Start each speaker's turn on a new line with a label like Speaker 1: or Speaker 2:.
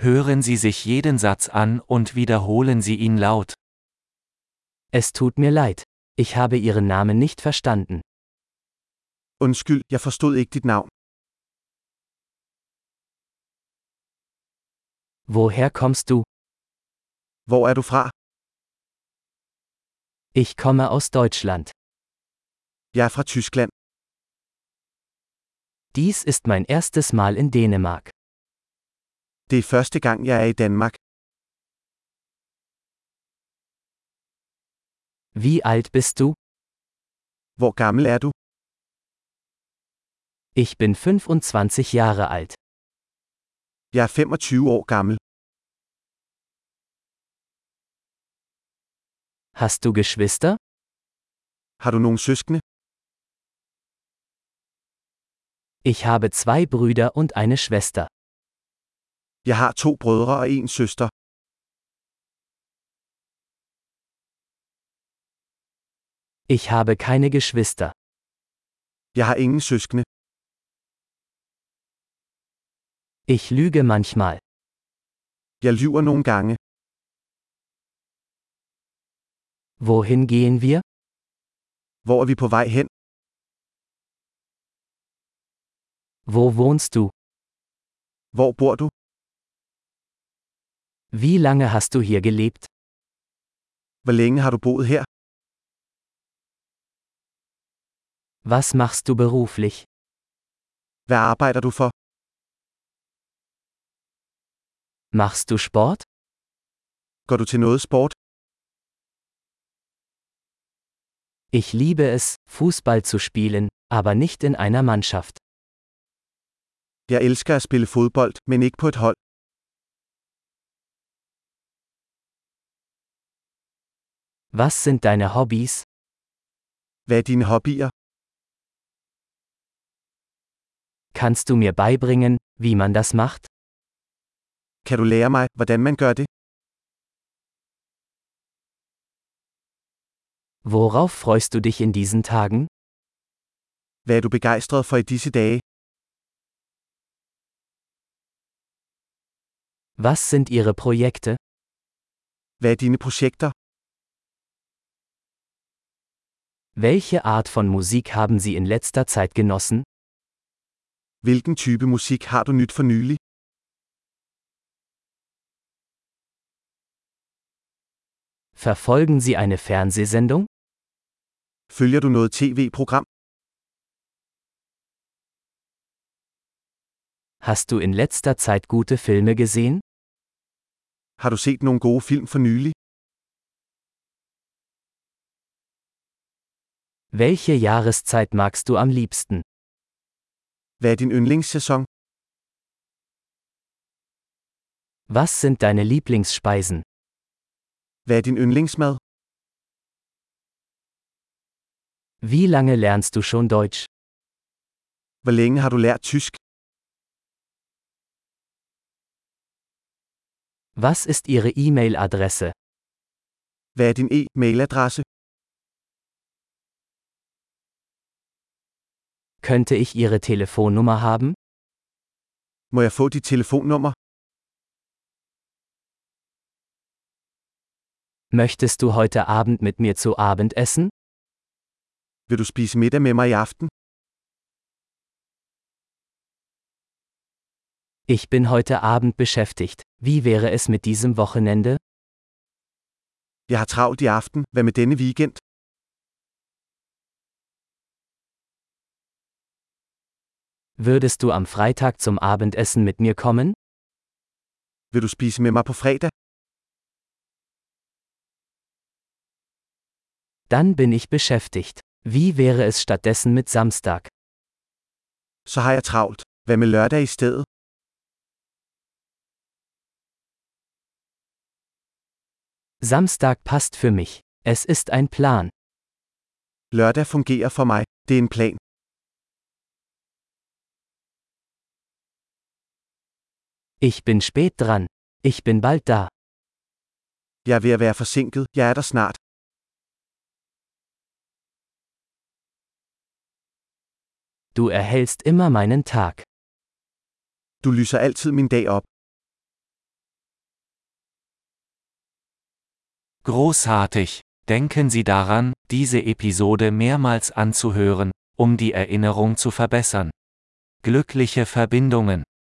Speaker 1: Hören Sie sich jeden Satz an und wiederholen Sie ihn laut.
Speaker 2: Es tut mir leid. Ich habe Ihren Namen nicht verstanden.
Speaker 3: Undskyld, jeg forstod ikke dit navn.
Speaker 2: Woher kommst du?
Speaker 3: Hvor er du fra?
Speaker 2: Ich komme aus Deutschland.
Speaker 3: Jeg er fra Tyskland.
Speaker 2: Dies ist mein erstes Mal in Dänemark.
Speaker 3: Det er første gang, jeg er i Danmark.
Speaker 2: Wie alt bist du?
Speaker 3: Hvor gammel er du?
Speaker 2: Ich bin 25 Jahre alt.
Speaker 3: Jeg er 25 år gammel.
Speaker 2: Hast du Geschwister?
Speaker 3: Har du nogen søskende?
Speaker 2: Ich habe zwei Brüder und eine Schwester.
Speaker 3: Jeg har to brødre og en søster.
Speaker 2: Ich habe keine Geschwister.
Speaker 3: Jeg har ingen søskende.
Speaker 2: Ich lüge manchmal.
Speaker 3: Jeg lyver nogle gange.
Speaker 2: Wohin gehen wir?
Speaker 3: Hvor er vi på vej hen?
Speaker 2: Wo wohnst du?
Speaker 3: Hvor bor du?
Speaker 2: Wie lange hast du hier gelebt?
Speaker 3: Hvor længe har du boet her?
Speaker 2: Was machst du beruflich?
Speaker 3: Hvad arbejder du for?
Speaker 2: Machst du Sport?
Speaker 3: Går du til noget sport?
Speaker 2: Ich liebe es, Fußball zu spielen, aber nicht in einer Mannschaft.
Speaker 3: Jeg elsker at spille fodbold, men ikke på et hold.
Speaker 2: Was sind deine Hobbys?
Speaker 3: Hvad er dine hobbyer?
Speaker 2: Kannst du mir beibringen, wie man das macht?
Speaker 3: Kan du lære mig, hvordan man gør det?
Speaker 2: Worauf freust du dich in diesen Tagen?
Speaker 3: Hvad er du begejstret for i disse dage?
Speaker 2: Was sind ihre Projekte?
Speaker 3: Hvad er dine projekter?
Speaker 2: Welche Art von Musik haben sie in letzter Zeit genossen?
Speaker 3: Hvilken type musik har du nyt for nylig?
Speaker 2: Verfolgen sie eine Fernsehsendung?
Speaker 3: Følger du noget tv-program?
Speaker 2: Hast du in letzter Zeit gute Filme gesehen?
Speaker 3: Har du set nogle gode film for nylig?
Speaker 2: Welche Jahreszeit magst du am liebsten?
Speaker 3: Hvad er din yndlingssæson?
Speaker 2: Was sind deine Lieblingsspeisen?
Speaker 3: Hvad er din yndlingsmad?
Speaker 2: Wie lange lernst du schon Deutsch?
Speaker 3: Hvor længe har du lært tysk?
Speaker 2: Was ist ihre E-Mail-Adresse?
Speaker 3: Hvad er din e-mailadresse?
Speaker 2: Könnte ich ihre Telefonnummer haben?
Speaker 3: Må jeg få dit telefonnummer?
Speaker 2: Möchtest du heute Abend mit mir zu Abend essen?
Speaker 3: Vil du spise middag med mig i aften?
Speaker 2: Ich bin heute Abend beschäftigt. Wie wäre es mit diesem Wochenende?
Speaker 3: Jeg har travlt i aften. Hvad med denne weekend?
Speaker 2: Würdest du am Freitag zum Abendessen mit mir kommen?
Speaker 3: Vil du spise med mig på fredag?
Speaker 2: Dann bin ich beschäftigt. Wie wäre es stattdessen mit Samstag?
Speaker 3: Så har jeg travlt. Hvad med lørdag i stedet?
Speaker 2: Samstag passt für mich. Es ist ein Plan.
Speaker 3: Lørdag fungerer for mig. Det er en plan.
Speaker 2: Ich bin spät dran. Ich bin bald da.
Speaker 3: Jeg er ved at være forsinket. Jeg er der snart.
Speaker 2: Du erhältst immer meinen Tag.
Speaker 3: Du lyser altid min dag op.
Speaker 2: Großartig! Denken Sie daran, diese Episode mehrmals anzuhören, um die Erinnerung zu verbessern. Glückliche Verbindungen!